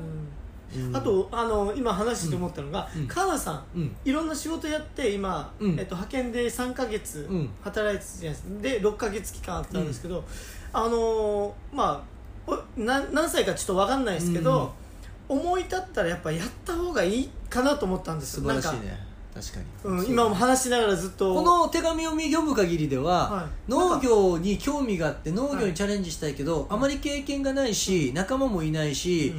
Speaker 2: あとあの今話してて思ったのが、
Speaker 1: うん
Speaker 2: カナさん
Speaker 1: うん
Speaker 2: いろんな仕事やって今、
Speaker 1: うん
Speaker 2: えっと、派遣で3か月
Speaker 1: うん
Speaker 2: 働いてたじゃないですか、で6か月期間あったんですけど、あのーまあおな何歳かちょっとわかんないですけど、思い立ったらやっぱやった方がいいかなと思ったんで
Speaker 1: 素
Speaker 2: すよ
Speaker 1: 晴らしい
Speaker 2: なんか
Speaker 1: ね確かに、
Speaker 2: うん、今も話しながらずっと
Speaker 1: この手紙を読む限りでは、
Speaker 2: はい
Speaker 1: 農業に興味があって農業にチャレンジしたいけど、あまり経験がないし、仲間もいないし、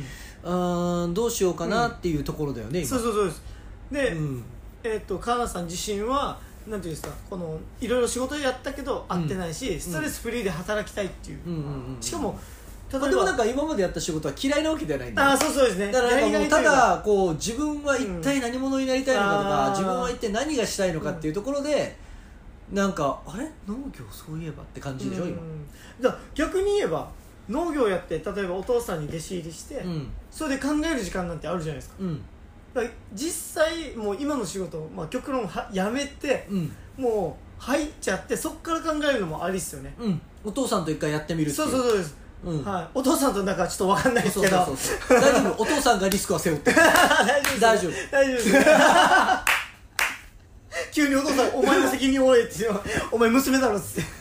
Speaker 1: うーん、どうしようかなっていうところだよね、今
Speaker 2: そうそうそうですで、
Speaker 1: うん
Speaker 2: えっとカナさん自身はなんていうんですかこのいろいろ仕事やったけど合ってないし、ストレスフリーで働きたいっていう、
Speaker 1: うんうんうん
Speaker 2: しかも例
Speaker 1: ま
Speaker 2: えば
Speaker 1: あでもなんか今までやった仕事は嫌いなわけではないんだよ
Speaker 2: ああそうそうですね
Speaker 1: だからなんかもうた
Speaker 2: やりがい
Speaker 1: だこう自分は一体何者になりたいのかとか、
Speaker 2: うんあー
Speaker 1: 自分は一体何がしたいのかっていうところで、なんかあれ農業そういえばって感
Speaker 2: とい
Speaker 1: じ
Speaker 2: う
Speaker 1: で
Speaker 2: か
Speaker 1: しょ、
Speaker 2: うんだから逆に言えば農業やって例えばお父さんに弟子入りして、
Speaker 1: 今うん
Speaker 2: それで考える時間なんてあるじゃないですか
Speaker 1: うん
Speaker 2: だから実際もう今の仕事を、まあ、極論はやめて
Speaker 1: うん
Speaker 2: もう入っちゃってそっから考えるのもありっすよね
Speaker 1: うんお父さんと一回やってみるってい
Speaker 2: そううそうそうです、
Speaker 1: うん
Speaker 2: はい、お父さんとなんかちょっと分かんないです
Speaker 1: そう
Speaker 2: けど
Speaker 1: そうそうそう大丈夫お父さんがリスクは背負ってる大丈夫
Speaker 2: 大丈夫ですね 急にお父さんお前の責任負えって言うのお前娘だろっつって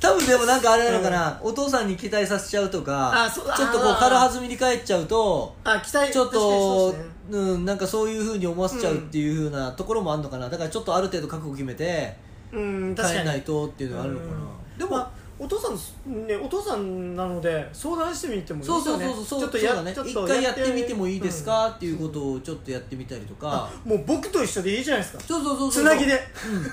Speaker 1: 多分でもなんかあれなのかな、お父さんに期待させちゃうとか
Speaker 2: あそうだ
Speaker 1: ちょっとこ
Speaker 2: あ
Speaker 1: う
Speaker 2: ー
Speaker 1: 軽はずみに帰っちゃうと
Speaker 2: あ期待
Speaker 1: ちょっ
Speaker 2: 確かにそ
Speaker 1: と
Speaker 2: うっすね
Speaker 1: う、ん、なんかそういうふうに思わせちゃうっていうふうなところもあるのかなだからちょっとある程度覚悟決めて
Speaker 2: うん確か
Speaker 1: 帰
Speaker 2: に
Speaker 1: らないとっていうのはあるのかなで
Speaker 2: で
Speaker 1: も、
Speaker 2: も、まあお父さんねお父さんなので相談してみてもいいで
Speaker 1: そ
Speaker 2: す
Speaker 1: うそ
Speaker 2: よ
Speaker 1: う
Speaker 2: ね
Speaker 1: そうそうそう
Speaker 2: ちょっと
Speaker 1: そうだ
Speaker 2: や
Speaker 1: ね
Speaker 2: ちょっ
Speaker 1: 一
Speaker 2: と
Speaker 1: 回やってみてもいいです、
Speaker 2: うん
Speaker 1: かっていうことをちょっとやってみたりとか、
Speaker 2: もう僕と一緒でいいじゃないですか
Speaker 1: そうそうそうそう
Speaker 2: つなぎで、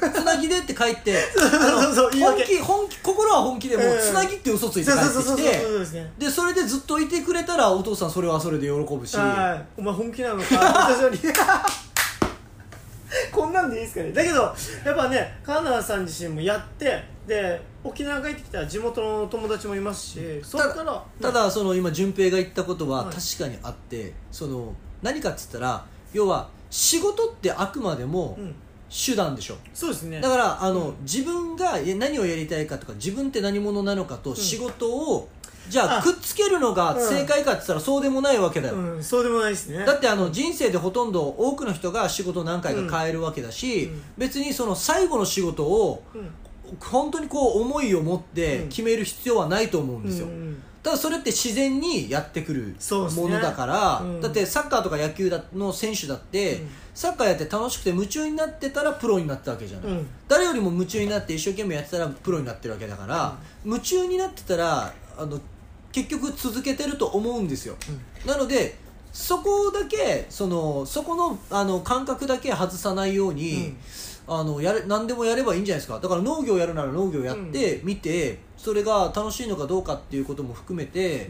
Speaker 1: うんつなぎでって帰って
Speaker 2: そうそうそう言い
Speaker 1: 本
Speaker 2: 訳
Speaker 1: 気本気心は本気でもう
Speaker 2: うん
Speaker 1: つなぎって嘘ついて
Speaker 2: そう
Speaker 1: 帰っ
Speaker 2: そ
Speaker 1: て
Speaker 2: うそうそ
Speaker 1: き
Speaker 2: うそう
Speaker 1: て
Speaker 2: そうですね
Speaker 1: でそれでずっといてくれたらお父さんそれはそれで喜ぶし
Speaker 2: はいお前本気なのか私よりこんなんでいいですかねだけどやっぱねカナダさん自身もやってで沖縄帰ってきたら地元の友達もいますしそっから
Speaker 1: ただその今順平が言ったことは
Speaker 2: はい
Speaker 1: 確かにあって、その何かっつったら要は仕事ってあくまでも
Speaker 2: うん
Speaker 1: 手段でしょ、
Speaker 2: そうですね
Speaker 1: だからあの、自分がえ何をやりたいかとか自分って何者なのかと仕事を、じゃあ
Speaker 2: あ
Speaker 1: くっつけるのが正解かって言ったらそうでもないわけだよ、
Speaker 2: うんそうでもないですね
Speaker 1: だってあの人生でほとんど多くの人が仕事を何回か変えるわけだし、
Speaker 2: うんうん
Speaker 1: 別にその最後の仕事を
Speaker 2: うん
Speaker 1: 本当にこう思いを持って決める必要はないと思うんですよ、
Speaker 2: うん
Speaker 1: ただそれって自然にやってくる
Speaker 2: そうですね
Speaker 1: ものだから、
Speaker 2: うん
Speaker 1: だってサッカーとか野球だの選手だって、
Speaker 2: うん
Speaker 1: サッカーやって楽しくて夢中になってたらプロになったわけじゃない、
Speaker 2: うん
Speaker 1: 誰よりも夢中になって一生懸命やってたらプロになってるわけだから、夢中になってたらあの結局続けてると思うんですよ、なのでそこだけそのそこのあの感覚だけ外さないように、あのやれ何でもやればいいんじゃないですかだから農業やるなら農業やってみて、それが楽しいのかどうかっていうことも含めて、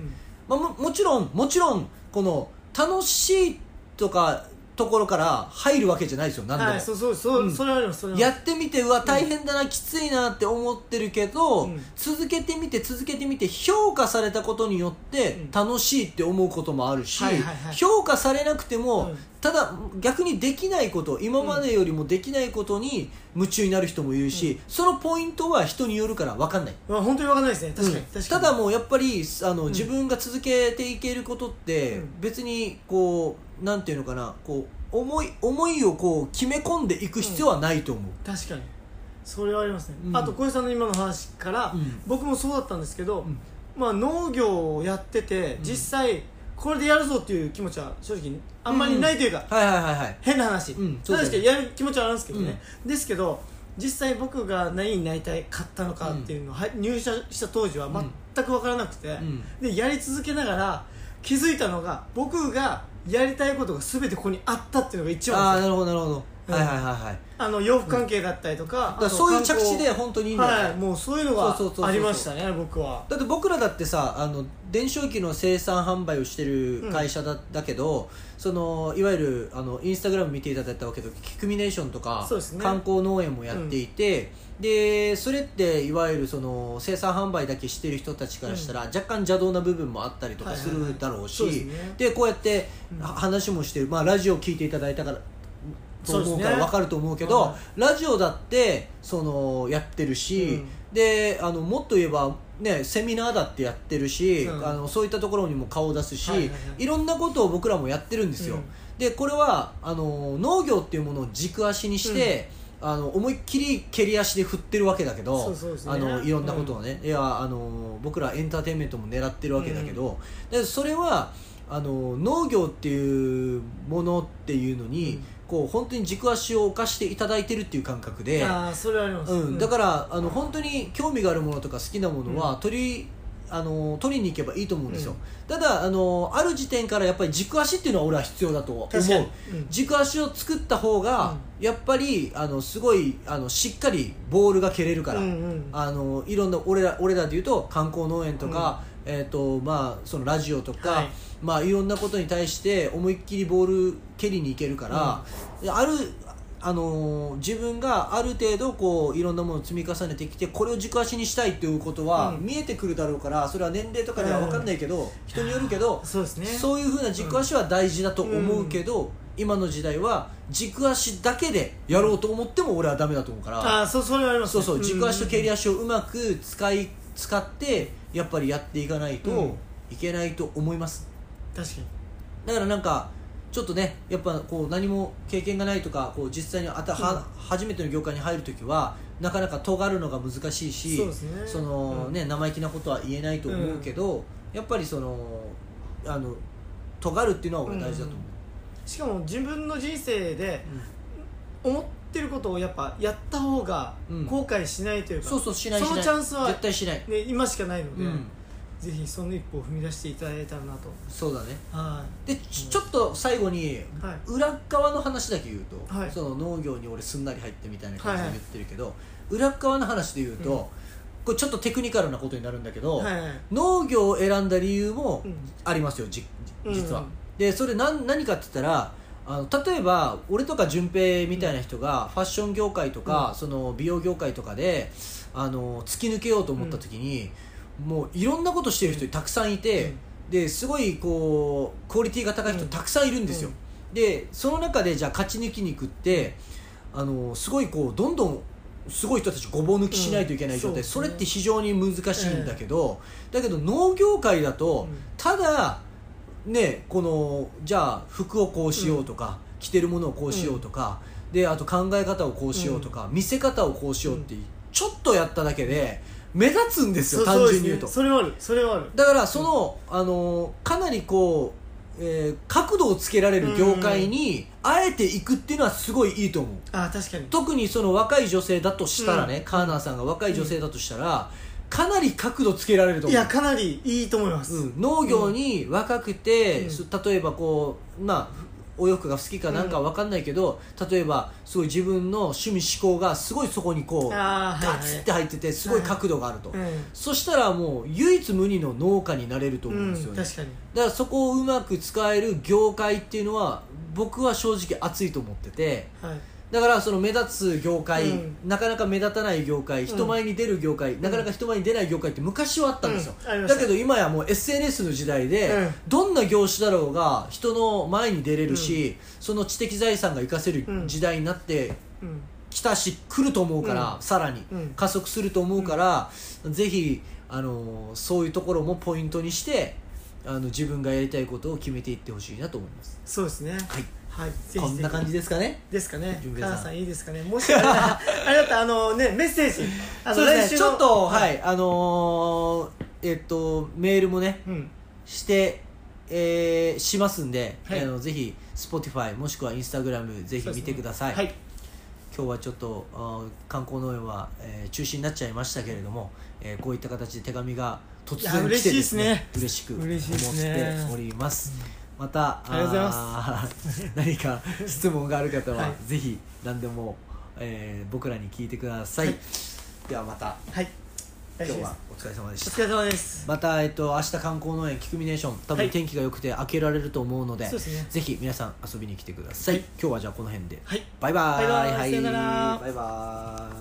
Speaker 1: ま
Speaker 2: うん
Speaker 1: あ、ももちろんもちろんこの楽しいとかところから入るわけじゃないですよ何でも、
Speaker 2: はいそうそうそう、
Speaker 1: うん
Speaker 2: それはありますそれはあり
Speaker 1: や
Speaker 2: ます
Speaker 1: ってみてうわ大変だな、きついなって思ってるけど、
Speaker 2: うん
Speaker 1: 続けてみて続けてみて評価されたことによって
Speaker 2: うん
Speaker 1: 楽しいって思うこともあるし、
Speaker 2: はいはいはい
Speaker 1: 評価されなくても、
Speaker 2: うん
Speaker 1: ただ逆にできないこと今までよりもできないことに夢中になる人もいるし、そのポイントは人によるから分かんない。
Speaker 2: まあ本当にわかんないですね確か
Speaker 1: う
Speaker 2: に、
Speaker 1: ん
Speaker 2: 確か
Speaker 1: た
Speaker 2: に
Speaker 1: だもうやっぱりあの、
Speaker 2: ん
Speaker 1: 自分が続けていけることって、
Speaker 2: うん
Speaker 1: 別にこうなんていうのかなこう思い思いをこう決め込んでいく必要はないと思う、
Speaker 2: 確かにそれはありますね、
Speaker 1: うん
Speaker 2: あと小江さんの今の話から、
Speaker 1: うん
Speaker 2: 僕もそうだったんですけど、
Speaker 1: ん
Speaker 2: まあ、農業をやってて実際これでやるぞっていう気持ちは正直あんまりないというか、
Speaker 1: はいはいはいはい
Speaker 2: 変な話、
Speaker 1: うんそうだ
Speaker 2: な
Speaker 1: よ
Speaker 2: んですけどやる気持ちはあるんですけどね、ですけど実際僕が何になりたい買ったのかっていうのを、はい入社した当時は全く分からなくて、
Speaker 1: ん
Speaker 2: でやり続けながら気づいたのが僕がやりたいことが全てここにあったっていうのが一
Speaker 1: あ
Speaker 2: 番
Speaker 1: あ
Speaker 2: で
Speaker 1: な
Speaker 2: す
Speaker 1: るほどなるほど、
Speaker 2: うん
Speaker 1: はいはいはいはいだ
Speaker 2: あの洋服関係だったりとか,あ
Speaker 1: か
Speaker 2: と、
Speaker 1: らそういう着地
Speaker 2: 観
Speaker 1: で
Speaker 2: 光
Speaker 1: 本当にいいんだよ、
Speaker 2: はい、もうそういうの
Speaker 1: そうそうそうそう
Speaker 2: がありましたね僕は
Speaker 1: だって僕らだってさあの電子書機の生産販売をしてる会社だ,、だけどそのいわゆるあのインスタグラム見ていただいたわけどキクミネーションとか、
Speaker 2: そうですね
Speaker 1: 観光農園もやっていて、でそれっていわゆるその生産販売だけしてる人たちからしたら、若干邪道な部分もあったりとか
Speaker 2: はい
Speaker 1: す
Speaker 2: はいはい
Speaker 1: るだろうし、
Speaker 2: そうですね
Speaker 1: でこうやって
Speaker 2: うん
Speaker 1: は話もしてる、まあ、ラジオ聞いていただいたからと
Speaker 2: そ
Speaker 1: 思
Speaker 2: う
Speaker 1: う
Speaker 2: で
Speaker 1: か
Speaker 2: す
Speaker 1: ら
Speaker 2: ね
Speaker 1: 分かると思うけど、
Speaker 2: はい
Speaker 1: ラジオだってそのやってるし、であのもっと言えば、ね、セミナーだってやってるし、
Speaker 2: うん
Speaker 1: あのそういったところにも顔を出すし、
Speaker 2: は
Speaker 1: い
Speaker 2: いはいはい
Speaker 1: ろんなことを僕らもやってるんですよ、
Speaker 2: うん
Speaker 1: でこれはあの農業っていうものを軸足にして、あの思いっきり蹴り足で振ってるわけだけど
Speaker 2: そうそうですね
Speaker 1: あのいろんなことをね、いやあの僕らエンターテインメントも狙ってるわけだけど、でそれはあの農業っていうものっていうのに、
Speaker 2: うん
Speaker 1: こう本当に軸足を置かしていただいてるっていう感覚で。
Speaker 2: ああそれはあります、
Speaker 1: うん、だからあの本当に興味があるものとか好きなものは、取りあの取りに行けばいいと思うんですよ、
Speaker 2: うん
Speaker 1: ただあのある時点からやっぱり軸足っていうのは俺は必要だと思う
Speaker 2: 確かに、うん
Speaker 1: 軸足を作った方が、やっぱりあのすごいあのしっかりボールが蹴れるから、
Speaker 2: うんうん
Speaker 1: あのいろんな俺ら俺らでいうと観光農園とか、えーとまあ、そのラジオとか、
Speaker 2: はい
Speaker 1: いまあ、いろんなことに対して思いっきりボール蹴りに行けるから、あるあのー自分がある程度こういろんなものを積み重ねてきてこれを軸足にしたいということは
Speaker 2: うん
Speaker 1: 見えてくるだろうから、それは年齢とかでは分かんないけど、人によるけど
Speaker 2: そうですね
Speaker 1: そういうふうな軸足は大事だと思うけど、今の時代は軸足だけでやろうと思っても俺はダメだと思うから。
Speaker 2: ああそうそれはあります
Speaker 1: そ
Speaker 2: ね、
Speaker 1: うそう軸足と
Speaker 2: 経
Speaker 1: 蹴り足をうまく使い使ってやっぱりやっていかない
Speaker 2: うん
Speaker 1: といけないと思います
Speaker 2: 確かに
Speaker 1: だからなんかちょっとねやっぱこう何も経験がないとかこう実際にあたは初めての業界に入るときはなかなか尖るのが難しいし
Speaker 2: そうですね
Speaker 1: その
Speaker 2: うん
Speaker 1: ね生意気なことは言えないと思うけどやっぱりそのあの尖るっていうのは俺大事だと思う
Speaker 2: しかも自分の人生で思ってることをやっぱやった方が
Speaker 1: うん
Speaker 2: 後悔しないというか、
Speaker 1: そうそうしないしない
Speaker 2: そのチャンスは
Speaker 1: 絶対しない
Speaker 2: ね、今しかないの
Speaker 1: う
Speaker 2: で、
Speaker 1: ん
Speaker 2: ぜひその一歩を踏み出していただいたらなと
Speaker 1: そうだね
Speaker 2: は
Speaker 1: でちちょっと最後に
Speaker 2: い、はい、
Speaker 1: 裏側の話だけ言うと、
Speaker 2: はい
Speaker 1: その農業に俺すんなり入ってみたいな感じで言ってるけど、裏側の話で言うと、
Speaker 2: うん
Speaker 1: これちょっとテクニカルなことになるんだけど、
Speaker 2: はいはい
Speaker 1: 農業を選んだ理由も
Speaker 2: うん
Speaker 1: ありますよ、じ
Speaker 2: うん
Speaker 1: 実は、
Speaker 2: うん
Speaker 1: でそれ何何かって言ったらあの例えば俺とか順平みたいな人がファッション業界とか、その美容業界とかであの突き抜けようと思った時に、もういろんなことしてる人たくさんいて、ですごいこうクオリティが高い人たくさんいるんですよ、
Speaker 2: うん
Speaker 1: でその中でじゃあ勝ち抜きに行くってあのすごいこうどんどんすごい人たちごぼう抜きしないといけない状態、
Speaker 2: うん
Speaker 1: そ
Speaker 2: そうですね
Speaker 1: れって非常に難しいんだけど、だけど農業界だと、
Speaker 2: うん
Speaker 1: ただねこのじゃあ服をこうしようとか、着てるものをこうしようとか、であと考え方をこうしようとか、見せ方をこうしようって、ちょっとやっただけで目立つんですよ
Speaker 2: そう
Speaker 1: 単
Speaker 2: そうで
Speaker 1: 純
Speaker 2: す
Speaker 1: に言う
Speaker 2: ね
Speaker 1: と。
Speaker 2: それはあるそれはある
Speaker 1: だからその、あのかなりこう、えー角度をつけられる業界にあえていくっていうのはすごいいいと思う
Speaker 2: ああ確かに
Speaker 1: 特にその若い女性だとしたらね、
Speaker 2: うん
Speaker 1: カーナーさんが若い女性だとしたら、かなり角度つけられると
Speaker 2: い
Speaker 1: 思う
Speaker 2: やかなりいいと思います、
Speaker 1: うん、農業に若くて、
Speaker 2: うん
Speaker 1: そ例えばこうまあお洋服が好きかなんかわかんないけど、例えばすごい自分の趣味思考がすごいそこにこう
Speaker 2: あーはいはい
Speaker 1: ガツって入っててすごい角度があると、
Speaker 2: うん
Speaker 1: そしたらもう唯一無二の農家になれると思うんですよ
Speaker 2: うん
Speaker 1: ね、
Speaker 2: 確かに
Speaker 1: だからそこをうまく使える業界っていうのは僕は正直熱いと思ってて
Speaker 2: はい
Speaker 1: だからその目立つ業界、
Speaker 2: うん
Speaker 1: なかなか目立たない業界人前に出る業界、なかなか人前に出ない業界って昔はあったんですよ、
Speaker 2: うんありまし
Speaker 1: だ
Speaker 2: た
Speaker 1: けど今やもう SNS の時代で、
Speaker 2: うん
Speaker 1: どんな業種だろうが人の前に出れるし、その知的財産が活かせる
Speaker 2: うん
Speaker 1: 時代になって
Speaker 2: うん
Speaker 1: 来たし来ると思うから、
Speaker 2: うん
Speaker 1: さらに、
Speaker 2: うん
Speaker 1: 加速すると思うから、ぜひあのーそういうところもポイントにしてあの自分がやりたいことを決めていってほしいなと思います
Speaker 2: そうですね
Speaker 1: はい
Speaker 2: はいぜひぜひ
Speaker 1: こんな感じですかね
Speaker 2: ですかね
Speaker 1: 純平
Speaker 2: か
Speaker 1: さん
Speaker 2: なさんいいですかねもしあれだった らあれだったらあのねメッセージあの
Speaker 1: そうですねち
Speaker 2: の
Speaker 1: ょっとはい、あのーえっとメールもね
Speaker 2: うん
Speaker 1: して、えーしますんで、
Speaker 2: はい
Speaker 1: あのぜひ Spotify もしくは Instagram ぜひ見てください、
Speaker 2: はい
Speaker 1: 今日はちょっとあー観光農園は、えー中止になっちゃいましたけれども、えーこういった形で手紙が突
Speaker 2: いや
Speaker 1: 然来
Speaker 2: 嬉
Speaker 1: て
Speaker 2: しい
Speaker 1: で
Speaker 2: ですす
Speaker 1: ね
Speaker 2: ね
Speaker 1: 嬉しく思っ
Speaker 2: 嬉しいですね
Speaker 1: ておりますまた
Speaker 2: ありがとうござい
Speaker 1: ます 何か質問がある方は、
Speaker 2: は
Speaker 1: ぜひ何でも、えー僕らに聞いてください、
Speaker 2: はい
Speaker 1: ではまた
Speaker 2: はい
Speaker 1: 今
Speaker 2: 大丈
Speaker 1: 日
Speaker 2: 夫です
Speaker 1: はお疲れ様で
Speaker 2: お
Speaker 1: した
Speaker 2: 疲れ様です
Speaker 1: また、えっと、明日観光農園キクミネーション多
Speaker 2: は
Speaker 1: 分
Speaker 2: い
Speaker 1: 天気が良くて開けられると思うので,、
Speaker 2: そうですね
Speaker 1: ぜひ皆さん遊びに来てください、
Speaker 2: はい
Speaker 1: 今日はじゃあこの辺で、
Speaker 2: はい
Speaker 1: バイバーイ
Speaker 2: バイバイさよなら
Speaker 1: バイバーイ